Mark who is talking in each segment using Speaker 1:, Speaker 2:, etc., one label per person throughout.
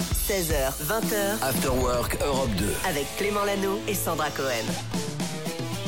Speaker 1: 16h, 20h,
Speaker 2: After Work Europe 2.
Speaker 1: avec Clément Lano et Sandra Cohen.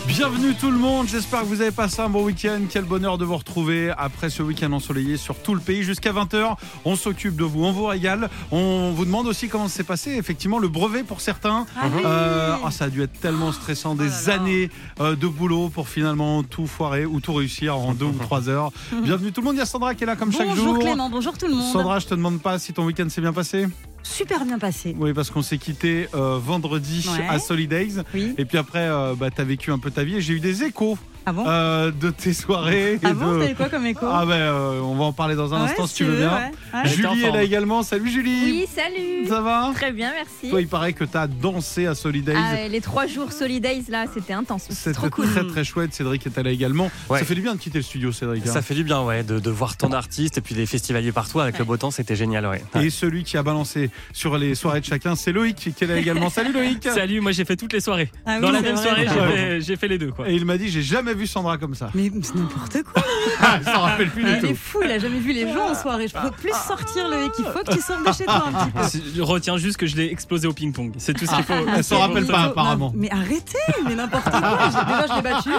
Speaker 3: Bienvenue tout le monde, j'espère que vous avez passé un bon week-end. Quel bonheur de vous retrouver après ce week-end ensoleillé sur tout le pays jusqu'à 20h. On s'occupe de vous, on vous régale. On vous demande aussi comment s'est passé effectivement le brevet pour certains. Euh, ah, ça a dû être tellement stressant,
Speaker 4: Oh
Speaker 3: des années euh, de boulot pour finalement tout foirer ou tout réussir en deux ou trois heures. Bienvenue tout le monde, il y a Sandra qui est là comme chaque
Speaker 4: bonjour
Speaker 3: jour.
Speaker 4: Clément, bonjour tout le monde.
Speaker 3: Sandra, je te demande pas si ton week-end s'est bien passé.
Speaker 4: Super bien passé.
Speaker 3: Oui, parce qu'on s'est quitté euh, vendredi
Speaker 4: Ouais.
Speaker 3: à Solidays.
Speaker 4: Oui.
Speaker 3: Et puis après, euh, bah, t'as vécu un peu ta vie et j'ai eu des échos
Speaker 4: Ah bon
Speaker 3: euh, de tes soirées. et
Speaker 4: Ah bon,
Speaker 3: de-
Speaker 4: t'avais quoi comme écho
Speaker 3: Ah ben, euh, on va en parler dans un
Speaker 4: Ouais,
Speaker 3: instant si tu veux bien.
Speaker 4: ouais. Ouais.
Speaker 3: Julie est là également. Salut Julie.
Speaker 5: Oui, salut
Speaker 3: Ça va
Speaker 5: Très bien, merci.
Speaker 3: Toi, il paraît que t'as dansé à Solidays.
Speaker 5: Ah ouais, les trois jours Solidays, là, c'était intense.
Speaker 3: C'était
Speaker 5: C'est trop cool.
Speaker 3: très très chouette. Cédric est là également.
Speaker 6: Ouais.
Speaker 3: Ça fait du bien de quitter le studio, Cédric. hein. Ah.
Speaker 6: Ça fait du bien, ouais, de, de voir tant d'artistes et puis des festivaliers partout avec le beau temps, c'était génial, ouais.
Speaker 3: Et celui qui a balancé sur les soirées de chacun, c'est Loïc qui est là également. Salut Loïc.
Speaker 7: Salut, moi j'ai fait toutes les soirées.
Speaker 4: Ah oui,
Speaker 7: Dans la
Speaker 4: c'est
Speaker 7: même
Speaker 4: vrai.
Speaker 7: soirée, j'ai
Speaker 3: Ah ouais.
Speaker 7: fait, j'ai fait les deux. Quoi.
Speaker 3: Et il m'a dit, j'ai jamais vu Sandra comme ça.
Speaker 4: Mais c'est n'importe quoi.
Speaker 3: Ah, ça rappelle plus du
Speaker 4: Il est
Speaker 3: tout.
Speaker 4: fou, il a jamais vu les gens en soirée. Je
Speaker 3: Ah.
Speaker 4: peux plus sortir le mec. Il faut que tu sortes de chez toi un petit
Speaker 6: Ah.
Speaker 4: peu.
Speaker 7: Je retiens juste que je l'ai explosé au ping-pong. C'est tout ce
Speaker 4: Ah.
Speaker 7: qu'il faut.
Speaker 3: Elle s'en rappelle pas
Speaker 4: Non,
Speaker 3: apparemment.
Speaker 4: Mais arrêtez, mais n'importe quoi. J'ai- Déjà, je l'ai battu.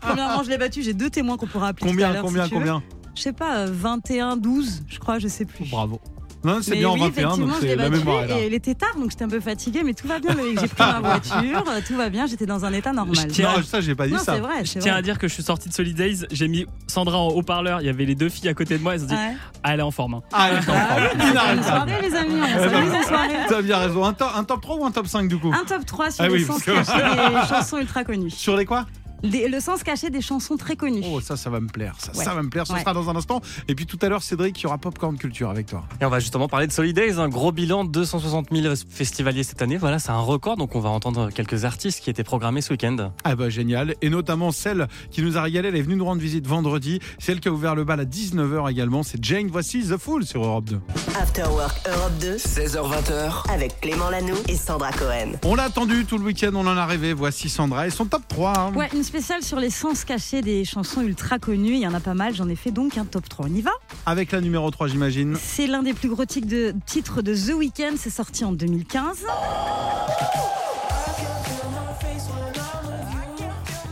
Speaker 4: Premièrement, je l'ai battu. J'ai deux témoins qu'on pourra appeler. tout à
Speaker 3: Combien,
Speaker 4: l'heure,
Speaker 3: combien,
Speaker 4: si tu veux.
Speaker 3: combien
Speaker 4: Je sais pas, euh, 21, 12, je crois, je sais plus.
Speaker 3: Bravo. Non, Oh, bah, c'est
Speaker 4: Mais
Speaker 3: bien en
Speaker 4: oui,
Speaker 3: 21, donc
Speaker 4: effectivement, je
Speaker 3: c'est
Speaker 4: l'ai
Speaker 3: la mémoire. hein. est
Speaker 4: battu
Speaker 3: là.
Speaker 4: et il était tard, donc j'étais un peu fatiguée, mais tout va bien, Loïc. J'ai pris ma voiture, euh, tout va bien, j'étais dans un état normal.
Speaker 7: Je tiens
Speaker 3: Non, ça, j'ai pas dit
Speaker 4: Non,
Speaker 3: ça.
Speaker 4: c'est vrai, c'est
Speaker 7: Tiens à
Speaker 4: vrai.
Speaker 7: dire que je suis sorti de Solidays, j'ai mis Sandra en haut-parleur, il y avait les deux filles à côté de moi, elles se dit
Speaker 4: Ouais.
Speaker 7: Ah, elle est en forme. hein.
Speaker 3: Ah, attends,
Speaker 4: Bonne
Speaker 3: inarrêtable.
Speaker 4: soirée, les amis. On
Speaker 3: Eh ben,
Speaker 4: s'amuse en soirée.
Speaker 3: T'as bien raison. Un top, un top 3 ou un top 5 du coup
Speaker 4: Un top 3 sur
Speaker 3: Ah
Speaker 4: le
Speaker 3: oui,
Speaker 4: sens
Speaker 3: parce
Speaker 4: caché des chansons ultra connues.
Speaker 3: Sur les quoi
Speaker 4: Des- le sens caché des chansons très connues.
Speaker 3: Oh, ça, ça va me plaire. Ça,
Speaker 4: Ouais.
Speaker 3: ça va me plaire. Ce
Speaker 4: Ouais.
Speaker 3: sera dans un instant. Et puis tout à l'heure, Cédric, il y aura Popcorn Culture avec toi.
Speaker 6: Et on va justement parler de Solidays, un gros bilan, 260 000 festivaliers cette année, voilà, c'est un record, donc on va entendre quelques artistes qui étaient programmés ce week-end.
Speaker 3: Ah bah génial. Et notamment celle qui nous a régalé. Elle est venue nous rendre visite vendredi. Celle qui a ouvert le bal à 19h également. C'est Jane. Voici The Fool sur Europe 2.
Speaker 1: After Work Europe 2
Speaker 2: 16h20h,
Speaker 1: avec Clément Lano et Sandra Cohen.
Speaker 3: On l'a attendu tout le week-end. On en a rêvé. Voici Sandra et son top 3. hein.
Speaker 4: Ouais, une spéciale sur les sens cachés des chansons ultra connues. Il y en a pas mal, j'en ai fait donc un top 3. On y va
Speaker 3: Avec la numéro 3, j'imagine.
Speaker 4: C'est l'un des plus gros tics de- titres de The Weeknd, c'est sorti en 2015.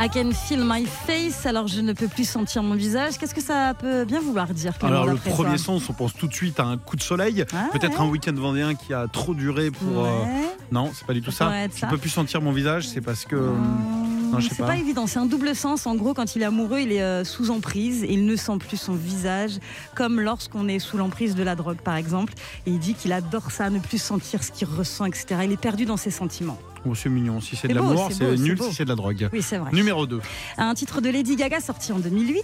Speaker 4: I can feel my face, alors je ne peux plus sentir mon visage. Qu'est-ce que ça peut bien vouloir dire Clément,
Speaker 3: Alors le
Speaker 4: d'après
Speaker 3: premier
Speaker 4: toi
Speaker 3: sens, on pense tout de suite à un coup de soleil,
Speaker 4: Ah,
Speaker 3: peut-être un week-end vendéen qui a trop duré pour. euh,
Speaker 4: Ouais.
Speaker 3: Non, c'est pas du tout ça.
Speaker 4: pourrait être
Speaker 3: Je
Speaker 4: ça.
Speaker 3: peux plus sentir mon visage, c'est parce que. Euh, non, je sais
Speaker 4: C'est pas.
Speaker 3: pas.
Speaker 4: évident, c'est un double sens. En gros, quand il est amoureux, il est euh, sous emprise et il ne sent plus son visage, comme lorsqu'on est sous l'emprise de la drogue, par exemple. Et il dit qu'il adore ça, ne plus sentir ce qu'il ressent, etc. Il est perdu dans ses sentiments.
Speaker 3: Oh, c'est mignon. Si c'est de
Speaker 4: C'est beau,
Speaker 3: l'amour,
Speaker 4: c'est
Speaker 3: c'est
Speaker 4: beau,
Speaker 3: nul.
Speaker 4: c'est beau.
Speaker 3: Si c'est de la drogue.
Speaker 4: Oui, c'est vrai.
Speaker 3: Numéro 2.
Speaker 4: Un titre de Lady Gaga sorti en 2008.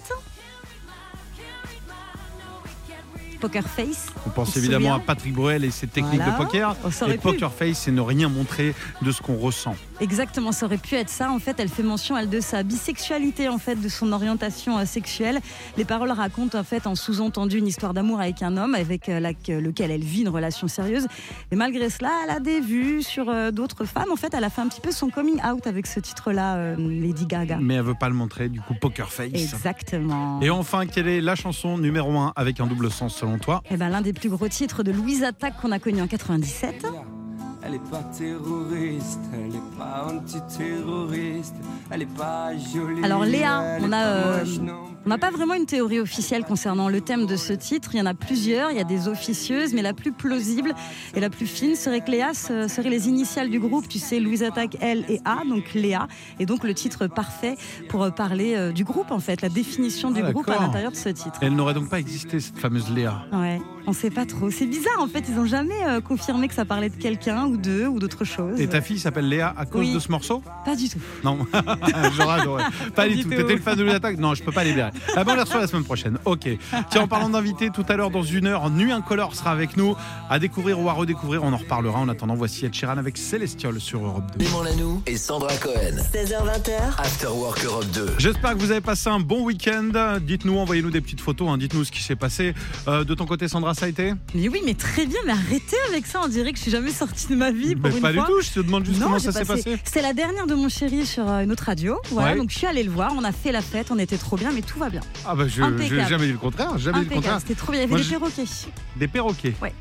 Speaker 4: Poker Face.
Speaker 3: On pense
Speaker 4: se
Speaker 3: évidemment à
Speaker 4: souvient
Speaker 3: Patrick Bruel et ses techniques
Speaker 4: Voilà.
Speaker 3: de poker.
Speaker 4: Oh, ça
Speaker 3: Et
Speaker 4: aurait pu.
Speaker 3: Poker Face, c'est ne rien montrer de ce qu'on ressent.
Speaker 4: Exactement, ça aurait pu être ça. En fait, elle fait mention elle de sa bisexualité, en fait, de son orientation euh, sexuelle. Les paroles racontent en fait en sous-entendu une histoire d'amour avec un homme avec euh, laque- lequel elle vit une relation sérieuse. Et malgré cela, elle a des vues sur euh, d'autres femmes. En fait, elle a fait un petit peu son coming out avec ce titre-là, euh, Lady Gaga.
Speaker 3: Mais elle veut pas le montrer, du coup, Poker Face.
Speaker 4: Exactement.
Speaker 3: Mmh, Et enfin, quelle est la chanson numéro 1 avec un double sens selon toi
Speaker 4: Eh ben, l'un des plus gros titres de Louise Attaque qu'on a connu en 97.
Speaker 8: Elle est pas terroriste, elle est pas antiterroriste, elle est pas jolie.
Speaker 4: Alors, Léa,
Speaker 8: elle
Speaker 4: on
Speaker 8: est
Speaker 4: a,
Speaker 8: pas
Speaker 4: euh,
Speaker 8: moche non
Speaker 4: On n'a pas
Speaker 8: plus.
Speaker 4: vraiment une théorie officielle concernant le thème de ce titre. Il y en a plusieurs, il y a des officieuses, mais la plus plausible et la plus fine serait que Léa ce serait les initiales du groupe. Tu sais, Louise Attaque, L et A, donc Léa. Et donc le titre parfait pour euh, parler euh, du groupe, en fait, la définition du
Speaker 3: Ah,
Speaker 4: groupe à
Speaker 3: d'accord.
Speaker 4: l'intérieur de ce titre.
Speaker 3: Elle n'aurait donc pas existé, cette fameuse Léa.
Speaker 4: Ouais, on sait pas trop. C'est bizarre, en fait, ils n'ont jamais euh, confirmé que ça parlait de quelqu'un ou d'eux ou d'autre chose.
Speaker 3: Et ta fille s'appelle Léa à cause
Speaker 4: Euh. Oui.
Speaker 3: de ce morceau
Speaker 4: Pas du tout.
Speaker 3: Non, j'aurais adoré. Pas du tout. T'étais le fan de Louis Attaque Non, je peux pas libérer. Ah La bonne reçoit la semaine prochaine. Ok. Tiens, en parlant d'invités, tout à l'heure, dans une heure, Nuit Incolore sera avec nous. À découvrir ou à redécouvrir, on en reparlera. En attendant, voici Ed Sheeran avec Célestial sur Europe 2.
Speaker 2: Clément Lanoux et Sandra Cohen.
Speaker 1: 16h20h,
Speaker 2: After Work Europe 2.
Speaker 3: J'espère que vous avez passé un bon week-end. Dites-nous, envoyez-nous des petites photos, hein. dites-nous ce qui s'est passé. Euh, de ton côté, Sandra, ça a été
Speaker 4: Mais oui, mais très bien, mais arrêtez avec ça. On dirait que je suis jamais sortie de ma vie pour
Speaker 3: Mais
Speaker 4: une
Speaker 3: Pas
Speaker 4: fois.
Speaker 3: du tout, je te demande juste
Speaker 4: Non,
Speaker 3: comment
Speaker 4: j'ai
Speaker 3: ça s'est passé.
Speaker 4: C'était la dernière de mon chéri sur euh, une autre radio. Voilà,
Speaker 3: Ouais.
Speaker 4: donc je suis allée le voir. On a fait la fête, on était trop bien, mais tout va bien.
Speaker 3: Ah bah, je
Speaker 4: Impeccable.
Speaker 3: j'ai jamais dit le contraire, jamais dit le
Speaker 4: Impeccable,
Speaker 3: contraire.
Speaker 4: c'était trop bien. Il y avait
Speaker 3: Moi,
Speaker 4: des
Speaker 3: je-
Speaker 4: perroquets.
Speaker 3: Des perroquets.
Speaker 4: Ouais.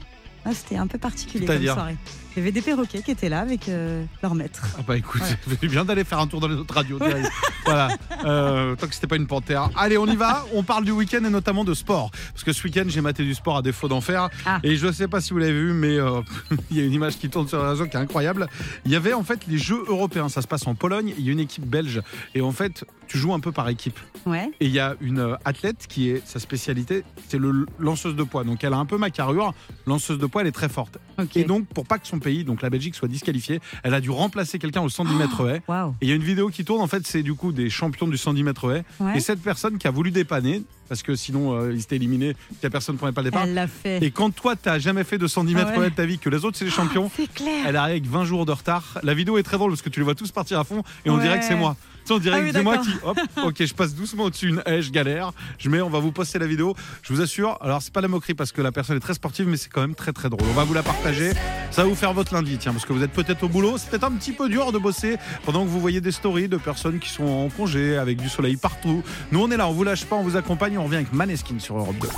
Speaker 4: Ah, c'était un peu particulier comme
Speaker 3: C'est-à-dire
Speaker 4: soirée. Il y avait des perroquets qui étaient là avec euh, leur maître.
Speaker 3: Ah bah écoute, c'est bien d'aller faire un tour dans les autres radios. direct. voilà, Euh, tant que c'était pas une panthère. Allez, on y va. On parle du week-end et notamment de sport. Parce que ce week-end, j'ai maté du sport à défaut d'en faire.
Speaker 4: Ah.
Speaker 3: Et je sais pas si vous l'avez vu, mais euh, il y a une image qui tourne sur les réseaux qui est incroyable. Il y avait en fait les Jeux européens. Ça se passe en Pologne. Il y a une équipe belge. Et en fait, tu joues un peu par équipe.
Speaker 4: Ouais.
Speaker 3: Et il y a une euh, athlète qui est sa spécialité, c'est le lanceuse de poids. Donc elle a un peu ma carrure. Lanceuse de poids, elle est très forte.
Speaker 4: Ok.
Speaker 3: Et donc, pour pas que son pays, donc la Belgique, soit disqualifiée, elle a dû remplacer quelqu'un au 110 mètres haies.
Speaker 4: Waouh.
Speaker 3: Et il y a une vidéo qui tourne, en fait, c'est du coup des champions du 110 mètres haies.
Speaker 4: Ouais.
Speaker 3: Et cette personne qui a voulu dépanner, parce que sinon, euh, il s'était éliminé, la personne ne prenait pas le départ.
Speaker 4: Elle l'a fait.
Speaker 3: Et quand toi, t'as jamais fait de 110 mètres
Speaker 4: Ah ouais.
Speaker 3: haies de ta vie, que les autres, c'est les champions,
Speaker 4: C'est clair.
Speaker 3: elle arrive avec 20 jours de retard. La vidéo est très drôle parce que tu les vois tous partir à fond et on
Speaker 4: Ouais.
Speaker 3: dirait que c'est moi. Tu sais, on dirait
Speaker 4: Ah
Speaker 3: que
Speaker 4: oui,
Speaker 3: c'est moi qui.
Speaker 4: d'accord.
Speaker 3: Hop, ok, je passe doucement au-dessus d'une haie, je galère. Je mets, on va vous poster la vidéo. Je vous assure, alors c'est pas la moquerie parce que la personne est très sportive, mais c'est quand même très très drôle. On va vous la partager. Ça va vous faire votre lundi, tiens, parce que vous êtes peut-être au boulot. C'est peut-être un petit peu dur de bosser pendant que vous voyez des stories de personnes qui sont en congé avec du soleil partout. Nous, on est là, on vous lâche pas, on vous accompagne. On revient avec Maneskin sur Europe 2.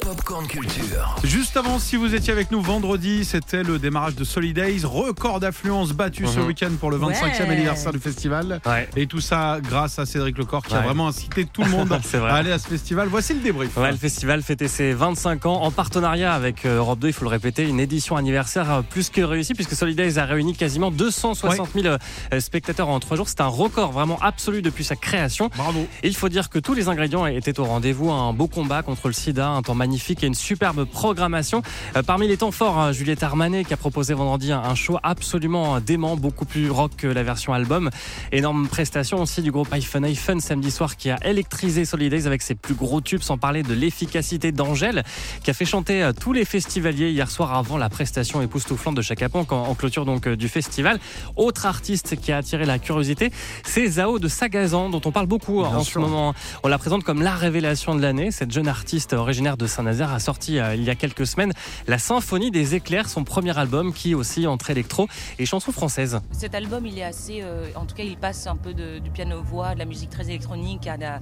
Speaker 2: Popcorn Culture.
Speaker 3: Juste avant, si vous étiez avec nous vendredi, c'était le démarrage de Solidays, record d'affluence battu ce
Speaker 6: Mhm.
Speaker 3: week-end pour le 25e
Speaker 4: Ouais.
Speaker 3: anniversaire du festival.
Speaker 6: Ouais.
Speaker 3: Et tout ça grâce à Cédric Lecor qui a
Speaker 6: Ouais.
Speaker 3: vraiment incité tout le monde
Speaker 6: C'est
Speaker 3: à
Speaker 6: vrai.
Speaker 3: aller à ce festival. Voici le débrief.
Speaker 6: Ouais, le festival fêtait ses 25 ans en partenariat avec euh, Europe 2, il faut le répéter, une édition anniversaire euh, plus que réussie puisque Solidays a réuni quasiment 260 000 euh, euh, spectateurs en trois jours. C'est un record vraiment absolu depuis sa création.
Speaker 3: Bravo.
Speaker 6: Et il faut dire que tous les ingrédients étaient au rendez-vous. Un beau combat contre le sida, un temps magnifique et une superbe programmation. Euh, Parmi les temps forts, hein, Juliette Armanet qui a proposé vendredi un- un show absolument euh, dément, beaucoup plus rock que la version album. Énorme prestation aussi du groupe iPhone iPhone samedi soir qui a électrisé Solidays avec ses plus gros tubes, sans parler de l'efficacité d'Angèle qui a fait chanter euh, tous les festivaliers hier soir avant la prestation époustouflante de Chaka Ponk en, en clôture donc euh, du festival. Autre artiste qui a attiré la curiosité, c'est Zao de Sagazan dont on parle beaucoup
Speaker 3: Bien
Speaker 6: en
Speaker 3: sûr.
Speaker 6: ce moment. On la présente comme la révélation de l'année. Cette jeune artiste originaire de Saint-Nazaire a sorti euh, il y a quelques semaines la Symphonie des éclairs, son premier album qui est aussi entre électro et chansons françaises.
Speaker 9: Cet album, il est assez. euh, en tout cas, il passe un peu de- du piano-voix, de la musique très électronique à, la-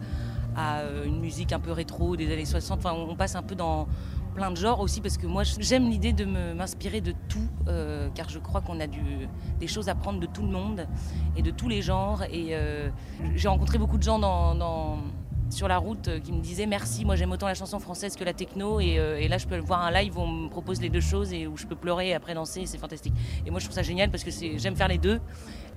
Speaker 9: à, euh, une musique un peu rétro des années 60. Enfin, on, on passe un peu dans plein de genres aussi parce que moi je- j'aime l'idée de me- m'inspirer de tout euh, car je crois qu'on a du- des choses à prendre de tout le monde et de tous les genres et euh, j'ai rencontré beaucoup de gens dans- dans- sur la route euh, qui me disaient merci moi j'aime autant la chanson française que la techno et, euh, et là je peux voir un live où on me propose les deux choses et où je peux pleurer et après danser c'est fantastique et moi, je trouve ça génial parce que c'est- j'aime faire les deux.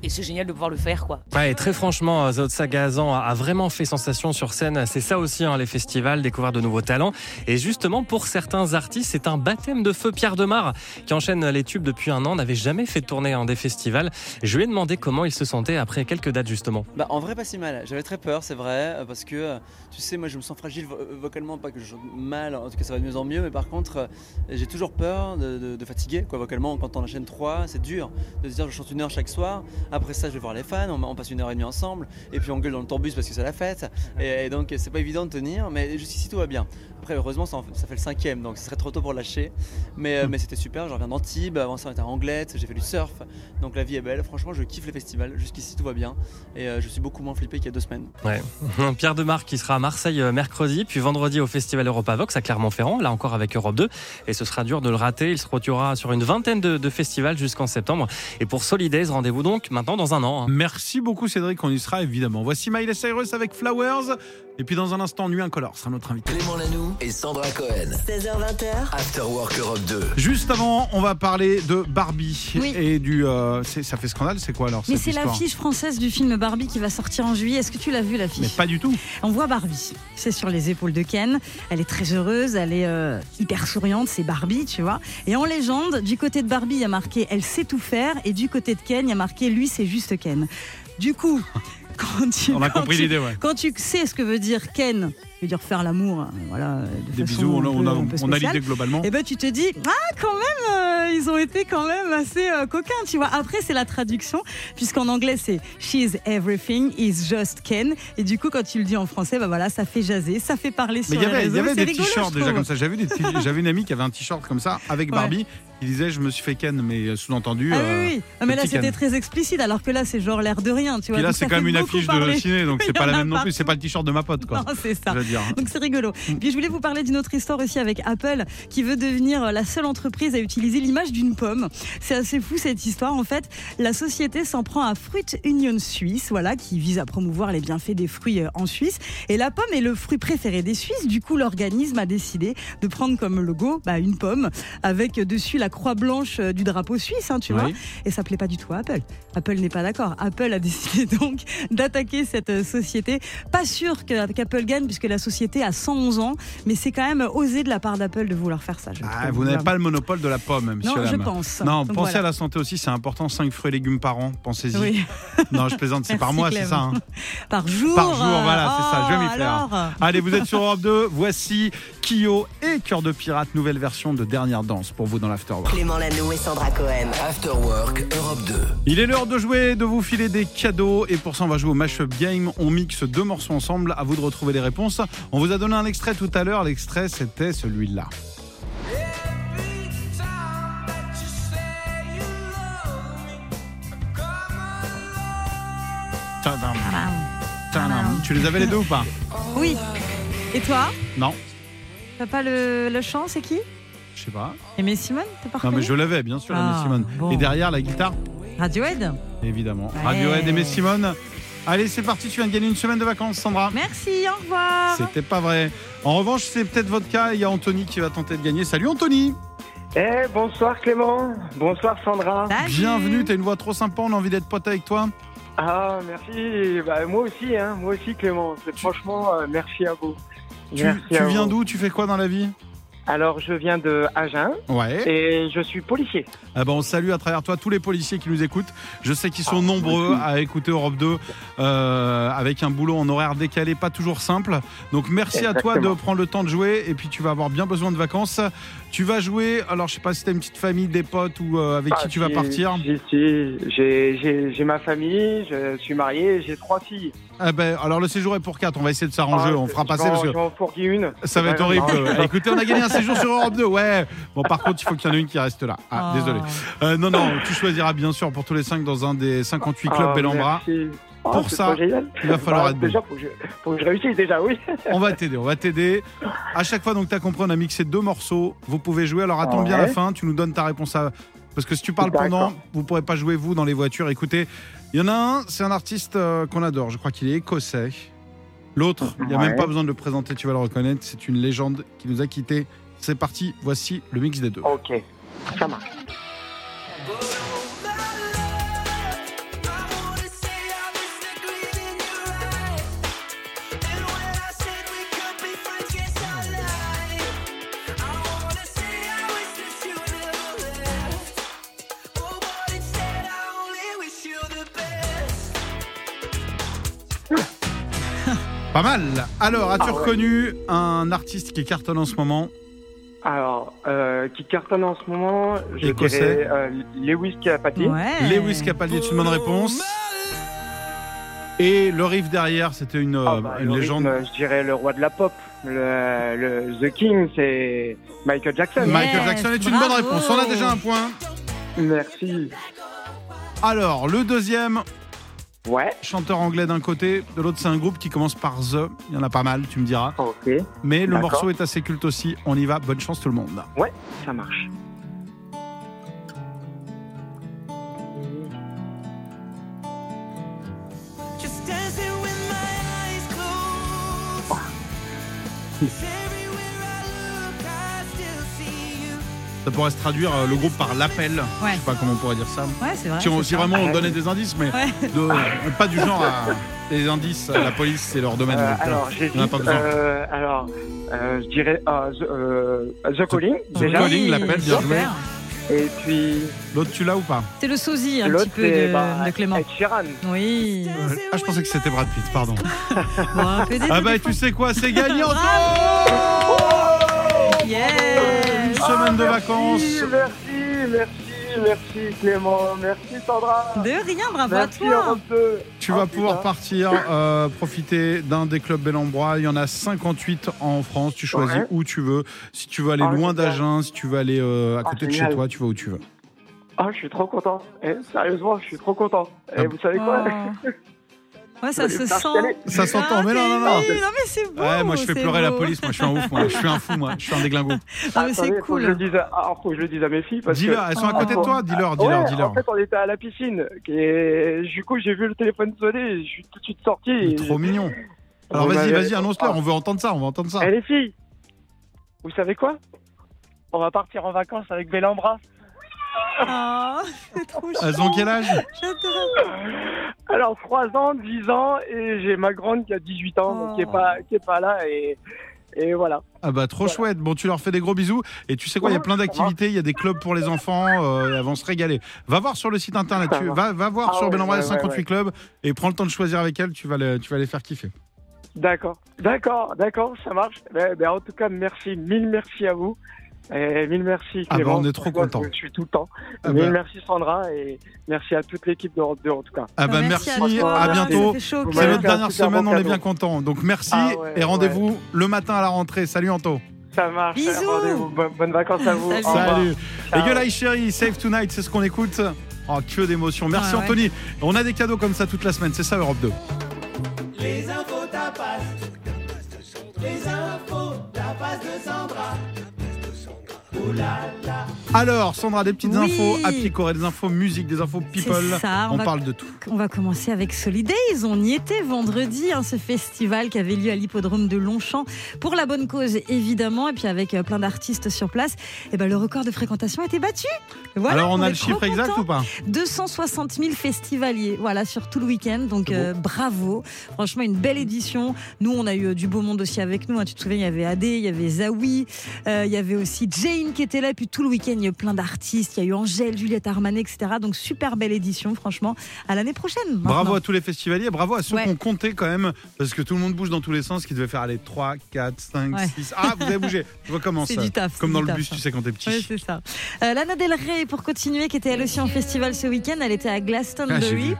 Speaker 9: Et c'est génial de pouvoir le faire, quoi.
Speaker 6: Ouais, et très franchement, euh, Zod Sagazan a- a vraiment fait sensation sur scène. C'est ça aussi, hein, les festivals, découvrir de nouveaux talents. Et justement, pour certains artistes, c'est un baptême de feu. Pierre Demar, qui enchaîne les tubes depuis un an, n'avait jamais fait de tournée hein, des festivals. Je lui ai demandé comment il se sentait après quelques dates, justement.
Speaker 10: Bah, en vrai, pas si mal. J'avais très peur, c'est vrai, euh, parce que euh, tu sais, moi je me sens fragile vo- euh, vocalement, pas que je chante mal, en tout cas ça va de mieux en mieux, mais par contre, euh, j'ai toujours peur de, de- de fatiguer, quoi, vocalement. Quand on enchaîne trois, c'est dur de se dire je chante une heure chaque soir, après ça je vais voir les fans, on, on passe une heure et demie ensemble, et puis on gueule dans le tourbus parce que c'est la fête, et, et donc euh, c'est pas évident de tenir, mais jusqu'ici tout va bien. Après, heureusement, ça, en fait- ça fait le cinquième, donc ce serait trop tôt pour lâcher, mais, euh, mais c'était super. Je reviens d'Antibes, avant ça on était à Anglette, j'ai fait du surf, donc la vie est belle. Franchement, je kiffe les festivals, jusqu'ici tout va bien. Et euh, je suis beaucoup moins flippé qu'il y a deux semaines.
Speaker 6: Pierre Demar, qui sera à Marseille euh, mercredi, puis vendredi au Festival Europavox à Clermont-Ferrand, là encore avec Europe 2. Et ce sera dur de le rater. Il se retirera sur une vingtaine de, de festivals jusqu'en septembre. Et pour Solidays, rendez-vous donc maintenant dans un an. hein.
Speaker 3: Merci beaucoup Cédric, on y sera évidemment. Voici Miley Cyrus avec Flowers. Et puis dans un instant, Nuit Incolore sera notre invité.
Speaker 2: Clément Lanoux et Sandra Cohen.
Speaker 1: 16h20h,
Speaker 2: After Work Europe 2.
Speaker 3: Juste avant, on va parler de Barbie
Speaker 4: Oui.
Speaker 3: et du. euh, c'est- ça fait scandale, c'est quoi alors
Speaker 4: Mais
Speaker 3: cette
Speaker 4: c'est
Speaker 3: histoire
Speaker 4: l'affiche française du film Barbie qui va sortir en juillet. Est-ce que tu l'as vu l'affiche
Speaker 3: Mais pas du tout.
Speaker 4: On voit Barbie. C'est sur les épaules de Ken. Elle est très heureuse, elle est euh, hyper souriante. C'est Barbie, tu vois. Et en légende, du côté de Barbie, il y a marqué elle sait tout faire. Et du côté de Ken, il y a marqué lui, c'est juste Ken. Du coup, quand tu.
Speaker 3: On a
Speaker 4: quand
Speaker 3: compris
Speaker 4: tu-
Speaker 3: l'idée, ouais.
Speaker 4: Quand tu sais ce que veut dire Ken, ça veut dire faire l'amour, euh, voilà, euh, de
Speaker 3: Des
Speaker 4: façon
Speaker 3: bisous, on, a-
Speaker 4: un
Speaker 3: on
Speaker 4: peu-
Speaker 3: a,
Speaker 4: un peu
Speaker 3: on a
Speaker 4: spéciale.
Speaker 3: l'idée globalement.
Speaker 4: Et ben tu te dis ah quand même euh, ils ont été quand même assez euh, coquins tu vois après c'est la traduction puisqu'en anglais c'est she's everything is just Ken et du coup quand tu le dis en français bah voilà ça fait jaser ça fait parler sur
Speaker 3: Mais il y
Speaker 4: les
Speaker 3: avait, il
Speaker 4: réseaux
Speaker 3: y avait
Speaker 4: c'est
Speaker 3: des
Speaker 4: rigolo,
Speaker 3: t-shirts
Speaker 4: je
Speaker 3: déjà
Speaker 4: trouve.
Speaker 3: comme ça. J'avais, des t- j'avais une amie qui avait un t-shirt comme ça avec
Speaker 4: Ouais.
Speaker 3: Barbie. Il disait Je me suis fait ken, mais sous-entendu.
Speaker 4: Ah
Speaker 3: euh,
Speaker 4: oui, oui. Ah, mais
Speaker 3: le
Speaker 4: là,
Speaker 3: petit
Speaker 4: c'était
Speaker 3: Ken.
Speaker 4: très explicite, alors que là, c'est genre l'air de rien. Tu vois.
Speaker 3: Puis là,
Speaker 4: Donc,
Speaker 3: c'est
Speaker 4: ça
Speaker 3: quand même
Speaker 4: fait
Speaker 3: une
Speaker 4: beaucoup
Speaker 3: affiche
Speaker 4: parler.
Speaker 3: de ciné, donc
Speaker 4: Il
Speaker 3: c'est
Speaker 4: y
Speaker 3: pas
Speaker 4: en
Speaker 3: la
Speaker 4: a
Speaker 3: même non plus.
Speaker 4: partout.
Speaker 3: C'est pas le t-shirt de ma pote, quoi.
Speaker 4: Non, c'est ça.
Speaker 3: Je veux dire. hein.
Speaker 4: Donc c'est rigolo. Puis je voulais vous parler d'une autre histoire aussi avec Apple qui veut devenir la seule entreprise à utiliser l'image d'une pomme. C'est assez fou cette histoire. En fait, la société s'en prend à Fruit Union Suisse, voilà, qui vise à promouvoir les bienfaits des fruits euh, en Suisse. Et la pomme est le fruit préféré des Suisses. Du coup, l'organisme a décidé de prendre comme logo bah, une pomme avec dessus la croix blanche euh, du drapeau suisse, hein, tu vois.
Speaker 3: Oui.
Speaker 4: Et ça plaît pas du tout à Apple. Apple n'est pas d'accord. Apple a décidé donc d'attaquer cette euh, société. Pas sûr que- qu'Apple gagne puisque la société a 111 ans, mais c'est quand même osé de la part d'Apple de vouloir faire ça. je
Speaker 3: Ah,
Speaker 4: trouve.
Speaker 3: vous n'avez pas le monopole de la pomme, monsieur
Speaker 4: Non, je
Speaker 3: Lame.
Speaker 4: pense.
Speaker 3: Non, pensez
Speaker 4: Voilà.
Speaker 3: à la santé aussi, c'est important. 5 fruits et légumes par an, pensez-y.
Speaker 4: Oui,
Speaker 3: Non, je plaisante, c'est par
Speaker 4: Merci,
Speaker 3: mois, c'est
Speaker 4: Clem.
Speaker 3: ça. hein.
Speaker 4: par jour.
Speaker 3: Par jour, voilà, c'est ça, je vais
Speaker 4: Oh,
Speaker 3: m'y faire.
Speaker 4: alors.
Speaker 3: Allez, vous êtes sur Europe 2. Voici Kyo et Cœur de Pirate, nouvelle version de Dernière Danse pour vous dans l'Afterwork.
Speaker 1: Clément Lanou et Sandra Cohen.
Speaker 2: After Work Europe 2.
Speaker 3: Il est l'heure de jouer, de vous filer des cadeaux. Et pour ça, on va jouer au Mashup Game. On mixe deux morceaux ensemble. À vous de retrouver les réponses. On vous a donné un extrait tout à l'heure. L'extrait, c'était celui-là. Tadam, tadam. Tu les avais les deux ou pas
Speaker 4: Oui. Et toi
Speaker 3: Non,
Speaker 4: T'as pas le, le chant, c'est qui
Speaker 3: je sais pas.
Speaker 4: Aimé Simone T'as pas
Speaker 3: Non, mais
Speaker 4: reconnu
Speaker 3: je l'avais, bien sûr, Aimé
Speaker 4: Ah,
Speaker 3: Simone.
Speaker 4: bon.
Speaker 3: Et derrière, la guitare,
Speaker 4: Radiohead
Speaker 3: évidemment.
Speaker 4: Ouais.
Speaker 3: Radiohead, Aimé Simone. Allez, c'est parti. Tu viens de gagner une semaine de vacances, Sandra.
Speaker 4: Merci, au revoir.
Speaker 3: C'était pas vrai. En revanche, c'est peut-être votre cas. Il y a Anthony qui va tenter de gagner. Salut Anthony
Speaker 11: Eh, bonsoir Clément, bonsoir Sandra.
Speaker 4: Salut.
Speaker 3: Bienvenue, t'as une voix trop sympa, on a envie d'être pote avec toi.
Speaker 11: Ah, merci. Bah, moi aussi, hein, moi aussi Clément. C'est Franchement, euh, merci à vous.
Speaker 3: Tu,
Speaker 11: Merci
Speaker 3: tu
Speaker 11: à
Speaker 3: viens
Speaker 11: vous.
Speaker 3: d'où Tu fais quoi dans la vie
Speaker 11: Alors, je viens de Agen
Speaker 3: Ouais.
Speaker 11: et je suis policier.
Speaker 3: Ah ben, on salue à travers toi tous les policiers qui nous écoutent. Je sais qu'ils sont
Speaker 11: Ah,
Speaker 3: nombreux à écouter Europe 2 euh, avec un boulot en horaire décalé, pas toujours simple. Donc merci à toi de
Speaker 11: Exactement.
Speaker 3: prendre le temps de jouer et puis tu vas avoir bien besoin de vacances. Tu vas jouer, alors je sais pas si t'as une petite famille, des potes ou euh, avec
Speaker 11: Ah,
Speaker 3: qui tu vas
Speaker 11: j'y-
Speaker 3: partir.
Speaker 11: j'y suis. J'ai- J'ai j'ai ma famille, je suis marié, j'ai trois filles.
Speaker 3: Ah ben, alors le séjour est pour 4, on va essayer de s'arranger,
Speaker 11: Ah,
Speaker 3: on fera
Speaker 11: je
Speaker 3: passer
Speaker 11: vais en-
Speaker 3: parce que...
Speaker 11: Je vais en fourguer une.
Speaker 3: Ça va être
Speaker 11: Ouais,
Speaker 3: horrible.
Speaker 11: non, je-
Speaker 3: Eh, Écoutez, on a gagné un séjour sur Europe 2. Ouais. Bon, par contre, il faut qu'il y en ait une qui reste là. Ah,
Speaker 4: Oh.
Speaker 3: désolé. Euh, non, non, tu choisiras bien sûr pour tous les cinq dans un des 58 clubs
Speaker 11: Ah,
Speaker 3: Bellambra.
Speaker 11: merci. Ah,
Speaker 3: Pour
Speaker 11: c'est
Speaker 3: ça,
Speaker 11: trop génial.
Speaker 3: il va falloir
Speaker 11: Bah,
Speaker 3: être bon.
Speaker 11: Déjà, faut que, je, faut que je réussisse, déjà, oui.
Speaker 3: On va t'aider, on va t'aider. À chaque fois, donc, t'as compris, on a mixé deux morceaux. Vous pouvez jouer. Alors, attends bien
Speaker 11: Ouais.
Speaker 3: la fin. Tu nous donnes ta réponse à. Parce que si tu parles pendant,
Speaker 11: D'accord.
Speaker 3: vous pourrez pas jouer vous dans les voitures. Écoutez, il y en a un, c'est un artiste euh, qu'on adore. Je crois qu'il est écossais. L'autre, il n'y a même
Speaker 11: Ouais.
Speaker 3: pas besoin de le présenter, tu vas le reconnaître. C'est une légende qui nous a quittés. C'est parti, voici le mix des deux.
Speaker 11: Ok, ça marche.
Speaker 3: Pas mal. Alors, as-tu
Speaker 11: Ah
Speaker 3: reconnu un artiste qui cartonne en ce moment
Speaker 11: Alors, euh, qui cartonne en ce moment, je
Speaker 3: Écossais.
Speaker 11: dirais euh, Lewis Capaldi.
Speaker 4: Ouais.
Speaker 3: Lewis Capaldi est une bonne réponse. Et le riff derrière, c'était une,
Speaker 11: Ah
Speaker 3: euh,
Speaker 11: bah,
Speaker 3: une
Speaker 11: le
Speaker 3: légende.
Speaker 11: rythme, je dirais le roi de la pop. Le, le- the King, c'est Michael Jackson.
Speaker 3: Michael
Speaker 4: Yes,
Speaker 3: Jackson est une
Speaker 4: bravo.
Speaker 3: bonne réponse. On a déjà un point.
Speaker 11: Merci.
Speaker 3: Alors, le deuxième,
Speaker 11: Ouais,
Speaker 3: chanteur anglais d'un côté, de l'autre, c'est un groupe qui commence par The. Il y en a pas mal, tu me diras.
Speaker 11: ok,
Speaker 3: Mais le
Speaker 11: D'accord.
Speaker 3: morceau est assez culte aussi. On y va. Bonne chance, tout le monde.
Speaker 11: ça marche. Oh.
Speaker 3: Ça pourrait se traduire euh, le groupe par l'appel.
Speaker 4: Ouais.
Speaker 3: Je sais pas comment on pourrait dire ça.
Speaker 4: Ouais, c'est vrai.
Speaker 3: Si, on-
Speaker 4: Ah, c'est
Speaker 3: si
Speaker 4: ça.
Speaker 3: vraiment on donnait des indices, mais
Speaker 4: Ouais.
Speaker 3: de- euh, pas du genre à des indices. à La police, c'est leur domaine.
Speaker 11: Euh,
Speaker 3: donc, euh,
Speaker 11: alors,
Speaker 3: on n'a
Speaker 11: j'hésite.
Speaker 3: pas besoin.
Speaker 11: euh, alors, euh, je dirais ah, The, euh, The Calling, déjà.
Speaker 3: Calling. l'appel, bien joué.
Speaker 4: super.
Speaker 11: Et puis,
Speaker 3: L'autre, tu l'as ou pas
Speaker 4: C'est le sosie un petit
Speaker 11: l'autre,
Speaker 4: peu
Speaker 11: c'est
Speaker 4: de,
Speaker 11: bah,
Speaker 4: de Clément.
Speaker 11: Ed Sheeran.
Speaker 4: Oui.
Speaker 3: Ah, je pensais que c'était Brad Pitt, pardon.
Speaker 4: Bon, un peu des
Speaker 3: Ah
Speaker 4: deux,
Speaker 3: bah,
Speaker 4: des
Speaker 3: tu
Speaker 4: fois.
Speaker 3: sais quoi, c'est gagnant
Speaker 4: Bravo Yes
Speaker 3: Une semaine de
Speaker 11: Merci,
Speaker 3: vacances
Speaker 11: Merci, merci. merci Clément, merci Sandra.
Speaker 4: De rien, bravo
Speaker 11: merci
Speaker 4: à toi.
Speaker 11: Europe 2.
Speaker 3: Tu
Speaker 11: Oh,
Speaker 3: vas
Speaker 11: putain.
Speaker 3: pouvoir partir euh, profiter d'un des clubs Bellambrois. Il y en a 58 en France. Tu choisis
Speaker 11: Ouais.
Speaker 3: où tu veux. Si tu veux aller
Speaker 11: Ah,
Speaker 3: loin
Speaker 11: génial.
Speaker 3: d'Agen, si tu veux aller euh, à
Speaker 11: Ah,
Speaker 3: côté de
Speaker 11: génial.
Speaker 3: chez toi, tu vas où tu veux.
Speaker 11: Ah, je suis trop content. Eh, sérieusement, je suis trop content. Et
Speaker 3: Ah.
Speaker 11: vous savez quoi
Speaker 4: Oh. Ouais, ça
Speaker 11: Je
Speaker 4: se
Speaker 11: vais
Speaker 4: sent.
Speaker 11: m'installer.
Speaker 4: Ah,
Speaker 3: Ça s'entend, mais non, non,
Speaker 4: t'es
Speaker 3: non.
Speaker 4: nul. Non, mais c'est beau.
Speaker 3: ouais, Ah, moi je fais
Speaker 4: c'est
Speaker 3: pleurer la
Speaker 4: beau.
Speaker 3: police. Moi je suis un ouf, moi. Je suis un fou, moi. Je suis un déglingo.
Speaker 4: Ah, mais c'est
Speaker 11: Attendez, Faut que je
Speaker 4: cool.
Speaker 11: le dise à, ah, faut que je le dise à mes filles. parce que- Ah,
Speaker 3: Dis-leur, elles sont à côté de toi. Dis-leur, dis-leur,
Speaker 11: Ouais,
Speaker 3: dis-leur.
Speaker 11: En fait, on était à la piscine. Et du coup, j'ai vu le téléphone sonner. et Je suis tout de suite sorti. et-
Speaker 3: Trop mignon. Alors
Speaker 11: Vous
Speaker 3: vas-y,
Speaker 11: m'avez-
Speaker 3: vas-y, annonce-leur.
Speaker 11: Ah.
Speaker 3: On veut entendre ça, on veut entendre ça.
Speaker 11: Eh les filles, vous savez quoi On va partir en vacances avec Bellambra.
Speaker 4: Ah, c'est trop chou.
Speaker 3: Elles ont quel âge
Speaker 4: J'adore.
Speaker 11: Alors 3 ans, 10 ans et j'ai ma grande qui a 18 ans donc qui est pas qui est pas là et et voilà.
Speaker 3: Ah bah trop chouette. Bon, tu leur fais des gros bisous. Et tu sais quoi, il y a plein d'activités, il y a des clubs pour les enfants, euh, elles vont se régaler. Va voir sur le site internet, tu, va, va voir
Speaker 11: Ah
Speaker 3: sur
Speaker 11: ouais,
Speaker 3: Bellambra,
Speaker 11: ouais,
Speaker 3: les 58
Speaker 11: ouais.
Speaker 3: clubs et prends le temps de choisir avec elles, tu vas les, tu vas les faire kiffer.
Speaker 11: D'accord. D'accord, d'accord, ça marche. Ben, ben, en tout cas, merci, mille merci à vous. Et mille merci
Speaker 3: Ah ben,
Speaker 11: Clément.
Speaker 3: on est trop
Speaker 11: Moi,
Speaker 3: contents.
Speaker 11: Je suis tout le temps.
Speaker 3: Ah
Speaker 11: mille
Speaker 3: ben.
Speaker 11: merci Sandra et merci à toute l'équipe d'Europe 2 en tout cas.
Speaker 3: Ah bah
Speaker 4: Bah,
Speaker 3: merci,
Speaker 4: merci à
Speaker 11: toi.
Speaker 3: à,
Speaker 11: Ça
Speaker 3: bientôt.
Speaker 4: fait chaud au
Speaker 3: C'est
Speaker 4: cœur.
Speaker 3: notre dernière
Speaker 11: Super bon
Speaker 3: semaine, on est
Speaker 11: cadeau.
Speaker 3: bien content. Donc merci
Speaker 11: Ah ouais,
Speaker 3: et rendez-vous le matin à la rentrée. Salut Anto.
Speaker 11: Ça marche.
Speaker 4: Bisous.
Speaker 11: Rendez-vous. Bonne- Bonnes vacances à vous.
Speaker 4: Salut.
Speaker 11: Au revoir.
Speaker 3: Salut.
Speaker 11: Ciao.
Speaker 3: Les gueules chérie, Save Tonight, c'est ce qu'on écoute. Oh, que d'émotions. Merci
Speaker 4: Ah ouais.
Speaker 3: Anthony. On a des cadeaux comme ça toute la semaine, c'est ça Europe 2.
Speaker 2: Les infos tapas. Les infos tapas de Sandra.
Speaker 3: Alors, Sandra, des petites
Speaker 4: Oui.
Speaker 3: infos, Happy Corée, des infos musique, des infos people.
Speaker 4: C'est ça,
Speaker 3: on
Speaker 4: on va-
Speaker 3: parle de tout.
Speaker 4: On va commencer avec Solidays. On y était vendredi, hein, ce festival qui avait lieu à l'hippodrome de Longchamp pour la bonne cause, évidemment, et puis avec euh, plein d'artistes sur place. Et ben, le record de fréquentation a été battu. Voilà,
Speaker 3: Alors, on, a
Speaker 4: est
Speaker 3: le
Speaker 4: trop
Speaker 3: chiffre exact
Speaker 4: contents.
Speaker 3: ou pas
Speaker 4: 260 000 festivaliers, voilà, sur tout le week-end. Donc
Speaker 3: C'est beau.
Speaker 4: euh, bravo, franchement une belle édition. Nous, on a eu euh, du beau monde aussi avec nous. hein. Tu te souviens, il y avait Adé, il y avait Zawi, euh, il y avait aussi Jane qui était là. Et puis tout le week-end, il y a eu plein d'artistes. Il y a eu Angèle, Juliette Armanet, etc. Donc super belle édition, franchement. À l'année prochaine.
Speaker 3: Bravo
Speaker 4: maintenant.
Speaker 3: à tous les festivaliers, bravo à ceux
Speaker 4: Ouais.
Speaker 3: qui ont compté quand même, parce que tout le monde bouge dans tous les sens, qui devait faire aller 3, 4, 5,
Speaker 4: Ouais.
Speaker 3: 6. Ah, vous avez bougé, je recommence.
Speaker 4: C'est du taf.
Speaker 3: Comme
Speaker 4: c'est
Speaker 3: dans
Speaker 4: du
Speaker 3: le
Speaker 4: taf,
Speaker 3: bus,
Speaker 4: hein.
Speaker 3: tu sais quand t'es petit.
Speaker 4: Ouais, c'est ça. Euh, Lana Del Rey, pour continuer, qui était elle aussi en festival ce week-end, elle était à
Speaker 3: Ah, j'ai
Speaker 4: Glastonbury.
Speaker 3: vu.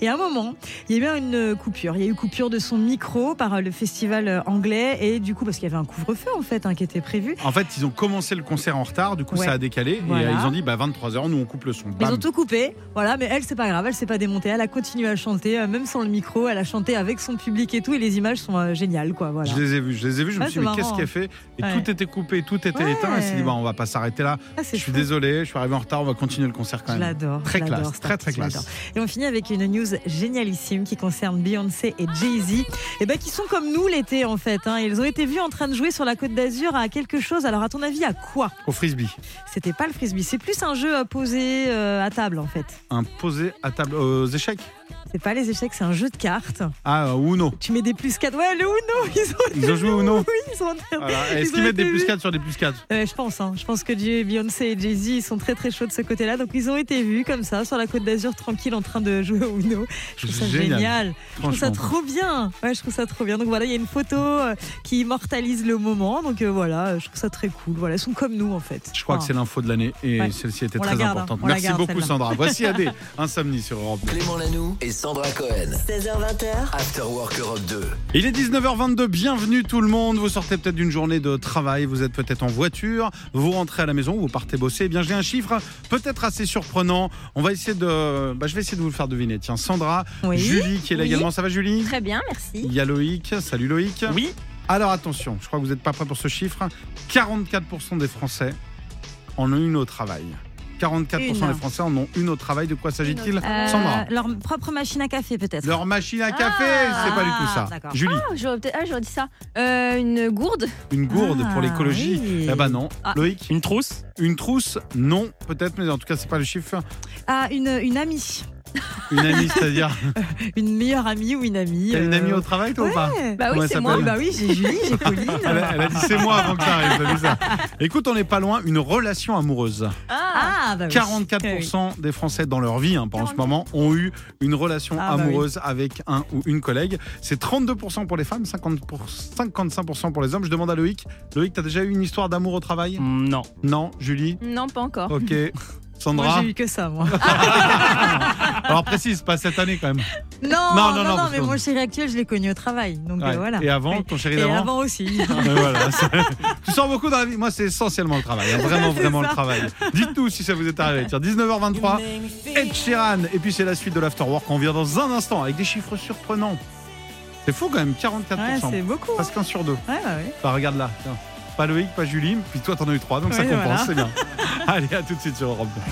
Speaker 4: et à un moment, il y a eu une euh, coupure. Il y a eu coupure de son micro par euh, le festival euh, anglais. Et du coup, parce qu'il y avait un couvre-feu, en fait, hein, qui était prévu.
Speaker 3: En fait, ils ont commencé le concert en retard, du coup
Speaker 4: Ouais.
Speaker 3: ça a décalé et
Speaker 4: Voilà.
Speaker 3: euh, ils ont dit bah 23h, nous on coupe le son.
Speaker 4: Ils
Speaker 3: Bam.
Speaker 4: ont tout coupé, voilà, mais elle, c'est pas grave, elle s'est pas démontée, elle a continué à chanter, euh, même sans le micro, elle a chanté avec son public et tout, et les images sont euh, géniales, quoi, voilà.
Speaker 3: Je les ai vus, je les ai vus, je
Speaker 4: Ouais,
Speaker 3: me suis
Speaker 4: c'est
Speaker 3: dit mais qu'est-ce
Speaker 4: marrant. hein.
Speaker 3: qu'elle fait Et
Speaker 4: Ouais.
Speaker 3: tout était coupé, tout était
Speaker 4: Ouais.
Speaker 3: éteint, et s'est dit bah on va pas s'arrêter là. Je
Speaker 4: Ah, c'est
Speaker 3: suis
Speaker 4: fou.
Speaker 3: désolé, je suis arrivé en retard, on va continuer le concert quand
Speaker 4: Je
Speaker 3: même.
Speaker 4: l'adore.
Speaker 3: Très
Speaker 4: je l'adore,
Speaker 3: classe,
Speaker 4: cet
Speaker 3: très, très
Speaker 4: artiste, je
Speaker 3: classe.
Speaker 4: l'adore. Et on finit avec une news génialissime qui concerne Beyoncé et Jay-Z, et ben, qui sont comme nous l'été en fait. hein. Ils ont été vus en train de jouer sur la côte d'Azur à quelque chose. Alors à ton avis, à quoi
Speaker 3: Au frisbee,
Speaker 4: C'était pas le frisbee, c'est plus un jeu à poser euh, à table en fait.
Speaker 3: un posé à table aux échecs.
Speaker 4: C'est pas les échecs, c'est un jeu de cartes.
Speaker 3: Ah, ou non.
Speaker 4: Tu mets des plus 4. Ouais, le Uno, ils ont,
Speaker 3: Ils ont joué au Uno.
Speaker 4: Oui, ils ont
Speaker 3: Voilà.
Speaker 4: Ils
Speaker 3: Est-ce
Speaker 4: ont
Speaker 3: qu'ils mettent
Speaker 4: été
Speaker 3: des plus
Speaker 4: vus.
Speaker 3: 4 sur des plus 4
Speaker 4: Euh, je pense, hein. je pense que Jay- Beyoncé et Jay-Z ils sont très très chauds de ce côté-là. Donc ils ont été vus comme ça sur la côte d'Azur tranquille en train de jouer au Uno. Je trouve ça
Speaker 3: Génial.
Speaker 4: génial. Je trouve ça
Speaker 3: Franchement.
Speaker 4: trop bien. Ouais, je trouve ça trop bien. Donc voilà, il y a une photo euh, qui immortalise le moment. Donc euh, voilà, euh, je trouve ça très cool. Voilà, ils sont comme nous en fait.
Speaker 3: Je crois que c'est l'info de l'année et
Speaker 4: Ouais.
Speaker 3: celle-ci était
Speaker 4: On la
Speaker 3: très
Speaker 4: garde, hein.
Speaker 3: importante.
Speaker 4: On la
Speaker 3: Merci
Speaker 4: garde,
Speaker 3: beaucoup
Speaker 4: celle-là.
Speaker 3: Sandra. Voici AD, insomnie sur Europe 2.
Speaker 2: Clément Lanoux et Sandra Cohen.
Speaker 1: 16h, 20h,
Speaker 2: After Work Europe 2.
Speaker 3: Il est 19h22, bienvenue tout le monde. Vous sortez peut-être d'une journée de travail, vous êtes peut-être en voiture, vous rentrez à la maison, vous partez bosser. Eh bien, j'ai un chiffre peut-être assez surprenant. On va essayer de. bah, je vais essayer de vous le faire deviner. Tiens, Sandra,
Speaker 4: Oui.
Speaker 3: Julie qui est là
Speaker 5: Oui.
Speaker 3: également. Ça va, Julie
Speaker 5: Très bien, merci.
Speaker 3: Il y a Loïc. Salut Loïc.
Speaker 7: Oui,
Speaker 3: Alors attention, je crois que vous n'êtes pas prêts pour ce chiffre. 44% des Français en ont une au travail. 44%
Speaker 4: Une.
Speaker 3: des Français en ont une au travail. De quoi s'agit-il
Speaker 4: Euh,
Speaker 3: Sandra
Speaker 4: leur propre machine à café peut-être.
Speaker 3: Leur machine à café,
Speaker 5: Ah,
Speaker 3: c'est pas du tout ça.
Speaker 4: d'accord.
Speaker 3: Julie,
Speaker 5: Oh, j'aurais peut-être- ah, j'aurais dit ça. Euh, une gourde.
Speaker 3: une gourde
Speaker 4: Ah,
Speaker 3: pour l'écologie.
Speaker 4: oui.
Speaker 3: Eh ben non.
Speaker 5: Ah.
Speaker 3: Loïc,
Speaker 7: une trousse.
Speaker 3: une trousse, non, peut-être, mais en tout cas, c'est pas le chiffre.
Speaker 4: Ah, une, une amie.
Speaker 3: Une amie, c'est-à-dire.
Speaker 4: Une meilleure amie ou une amie.
Speaker 3: T'as une
Speaker 4: euh,
Speaker 3: amie au travail, toi ou pas
Speaker 4: ouais.
Speaker 5: Bah
Speaker 3: Comment
Speaker 5: oui,
Speaker 3: elle
Speaker 5: c'est moi.
Speaker 4: Oui,
Speaker 3: s'appelle
Speaker 4: bah oui, j'ai Julie, j'ai Pauline.
Speaker 3: elle a, elle a dit c'est moi avant que ça arrive, t'as vu ça Écoute, on n'est pas loin, une relation amoureuse.
Speaker 5: Ah,
Speaker 4: Ah, bah oui. Eh oui.
Speaker 3: 44% des Français dans leur vie, hein, pas en ce moment, ont eu une relation
Speaker 4: Ah, bah
Speaker 3: amoureuse avec un ou une collègue. C'est 32% pour les femmes, 50 pour- 55% pour les hommes. Je demande à Loïc. Loïc, t'as déjà eu une histoire d'amour au travail
Speaker 7: Non.
Speaker 3: Non, Julie
Speaker 5: non, pas encore.
Speaker 3: Ok. Sandra
Speaker 4: Moi, j'ai eu que ça, moi.
Speaker 3: Alors précise, pas cette année quand même.
Speaker 4: Non,
Speaker 3: Non, non,
Speaker 4: non, non,
Speaker 3: non, parce
Speaker 4: mais
Speaker 3: que-
Speaker 4: mon chéri actuel, je l'ai connu au travail. Donc euh,
Speaker 3: Ouais.
Speaker 4: voilà.
Speaker 3: Et avant, ton chéri
Speaker 4: Et
Speaker 3: d'avant
Speaker 4: avant aussi.
Speaker 3: Ah, mais voilà, c'est- tu sors beaucoup dans la vie. Moi, c'est essentiellement le travail. hein. Vraiment,
Speaker 4: C'est
Speaker 3: vraiment
Speaker 4: ça.
Speaker 3: le travail. Dites-nous si ça vous est arrivé. Tiens, 19h23, Ed Sheeran. Et puis, c'est la suite de l'Afterwork. On vient dans un instant avec des chiffres surprenants. C'est fou quand même, 44%.
Speaker 4: Ouais, c'est beaucoup, hein.
Speaker 3: Parce qu'un sur deux.
Speaker 4: Ouais, bah oui.
Speaker 3: Bah, regarde là. tiens. Pas Loïc, pas Julie. Puis toi, t'en as eu trois, donc ça
Speaker 1: Oui,
Speaker 3: compense.
Speaker 1: voilà.
Speaker 3: C'est bien. Allez, à tout de suite sur Europe 2.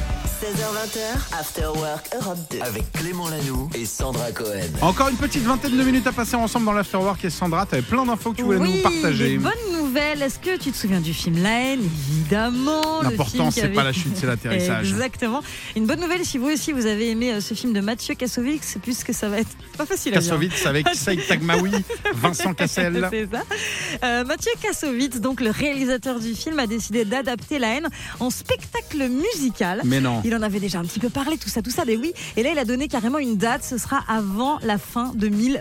Speaker 1: 16h20h, After Work Europe 2.
Speaker 2: Avec Clément Lanoux et Sandra Cohen.
Speaker 3: Encore une petite vingtaine de minutes à passer ensemble dans l'Afterwork. Et Sandra, t'avais plein d'infos que tu voulais nous partager.
Speaker 4: des bonnes nouvelles. Est-ce que tu te souviens du film La haine Évidemment. le
Speaker 3: L'important,
Speaker 4: film qui
Speaker 3: c'est
Speaker 4: avait-
Speaker 3: pas la chute, c'est l'atterrissage.
Speaker 4: Exactement. Une bonne nouvelle si vous aussi vous avez aimé euh, ce film de Mathieu Kassovitz, puisque ça va être pas facile à dire.
Speaker 3: Kassovitz avec Saïd Tagmaoui, Vincent Cassel.
Speaker 4: C'est ça. Euh, Mathieu Kassovitz, donc le réalisateur du film, a décidé d'adapter La haine en spectacle musical.
Speaker 3: Mais non.
Speaker 4: Il en avait déjà un petit peu parlé, tout ça, tout ça, mais oui. Et là, il a donné carrément une date. Ce sera avant la fin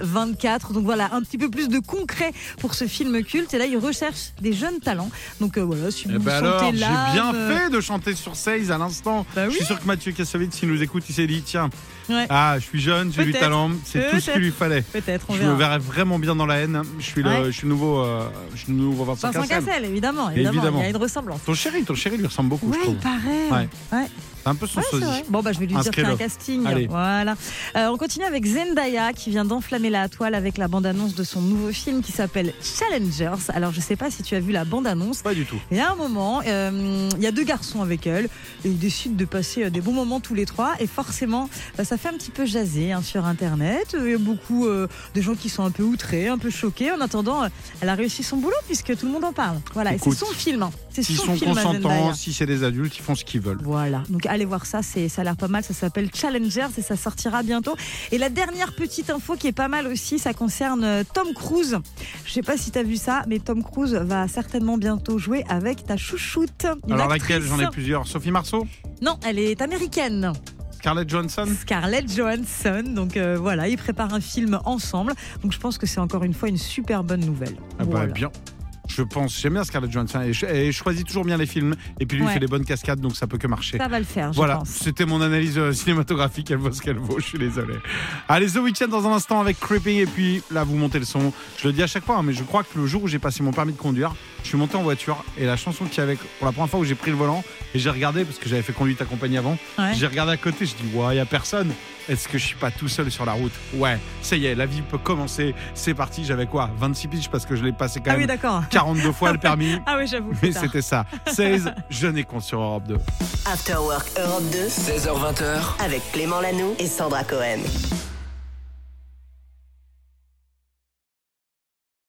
Speaker 4: 2024. Donc voilà, un petit peu plus de concret pour ce film culte. Et là, il recherche des jeunes talents. Donc euh, voilà, si vous
Speaker 3: Eh ben alors,
Speaker 4: chantez
Speaker 3: j'ai
Speaker 4: l'âme,
Speaker 3: bien
Speaker 4: euh, Bah
Speaker 3: fait de chanter sur Seize à l'instant. Je suis sûr que Mathieu Kassovitz, s'il nous écoute, il s'est dit tiens,
Speaker 4: Ouais.
Speaker 3: ah, je suis jeune, j'ai du
Speaker 4: Peut-être.
Speaker 3: talent, c'est tout ce
Speaker 4: Peut-être.
Speaker 3: qu'il lui fallait.
Speaker 4: Peut-être, on
Speaker 3: Je me
Speaker 4: verra.
Speaker 3: verrais vraiment bien dans la haine. Je suis le,
Speaker 4: Ouais.
Speaker 3: je suis le nouveau, euh, je suis le nouveau Vincent,
Speaker 4: Vincent Cassel, évidemment,
Speaker 3: Et
Speaker 4: évidemment,
Speaker 3: évidemment.
Speaker 4: Il y a une ressemblance.
Speaker 3: Ton chéri, ton chéri lui ressemble beaucoup,
Speaker 4: Ouais,
Speaker 3: je trouve.
Speaker 4: il paraît.
Speaker 3: Ouais.
Speaker 4: Ouais.
Speaker 3: C'est un peu son
Speaker 4: Ouais, c'est
Speaker 3: sosie.
Speaker 4: vrai. Bon, bah, je vais lui dire qu'il y a un
Speaker 3: Inscris-le.
Speaker 4: casting.
Speaker 3: Allez.
Speaker 4: Voilà. Euh, on continue avec Zendaya qui vient d'enflammer la toile avec la bande-annonce de son nouveau film qui s'appelle Challengers. Alors, je sais pas si tu as vu la bande-annonce.
Speaker 3: Pas du tout.
Speaker 4: Il y a un moment, euh, il y a deux garçons avec elle et ils décident de passer euh, des bons moments tous les trois. Et forcément, bah, ça fait un petit peu jaser hein, sur Internet. Il y a beaucoup euh, de gens qui sont un peu outrés, un peu choqués. En attendant, euh, elle a réussi son boulot puisque tout le monde en parle. Voilà, et c'est
Speaker 3: Écoute,
Speaker 4: son film. hein. C'est
Speaker 3: S'ils
Speaker 4: son
Speaker 3: sont
Speaker 4: film à
Speaker 3: consentants,
Speaker 4: Zendaya.
Speaker 3: si c'est des adultes, ils font ce qu'ils veulent.
Speaker 4: Voilà, donc allez voir ça, c'est, ça a l'air pas mal, ça s'appelle Challengers et ça sortira bientôt. Et la dernière petite info qui est pas mal aussi, ça concerne euh, Tom Cruise. Je sais pas si t'as vu ça, mais Tom Cruise va certainement bientôt jouer avec ta chouchoute. une
Speaker 3: Alors
Speaker 4: actrice.
Speaker 3: laquelle J'en ai plusieurs. Sophie Marceau,
Speaker 4: Non, elle est américaine.
Speaker 3: Scarlett Johansson.
Speaker 4: Scarlett Johansson, donc euh, voilà, ils préparent un film ensemble. Donc je pense que c'est encore une fois une super bonne nouvelle.
Speaker 3: Ah bah,
Speaker 4: Voilà.
Speaker 3: bien. Je pense, j'aime bien Scarlett Johansson. Elle ch- Elle choisit toujours bien les films et puis lui
Speaker 4: Ouais.
Speaker 3: fait des bonnes cascades, donc ça peut que marcher.
Speaker 4: Ça va le faire, je
Speaker 3: Voilà,
Speaker 4: pense.
Speaker 3: c'était mon analyse euh, cinématographique. Elle vaut ce qu'elle vaut, je suis désolé. Allez, The Weeknd dans un instant avec Creeping. Et puis là, vous montez le son. Je le dis à chaque fois, hein, mais je crois que le jour où j'ai passé mon permis de conduire, je suis monté en voiture et la chanson qui avait, pour la première fois où j'ai pris le volant et j'ai regardé, parce que j'avais fait conduite accompagnée avant,
Speaker 4: Ouais.
Speaker 3: j'ai regardé à côté, je dis, ouais, y a personne. Est-ce que je suis pas tout seul sur la route Ouais, ça y est, la vie peut commencer. C'est parti, j'avais quoi 26 pitch parce que je l'ai passé quand
Speaker 4: Ah oui,
Speaker 3: même
Speaker 4: d'accord.
Speaker 3: 42 fois le permis.
Speaker 4: Ah oui, j'avoue.
Speaker 3: Mais
Speaker 4: c'est tard.
Speaker 3: c'était ça. 16, jeune et con sur Europe 2.
Speaker 1: After Work Europe 2.
Speaker 2: 16h20.
Speaker 1: Avec Clément Lanoux et Sandra Cohen.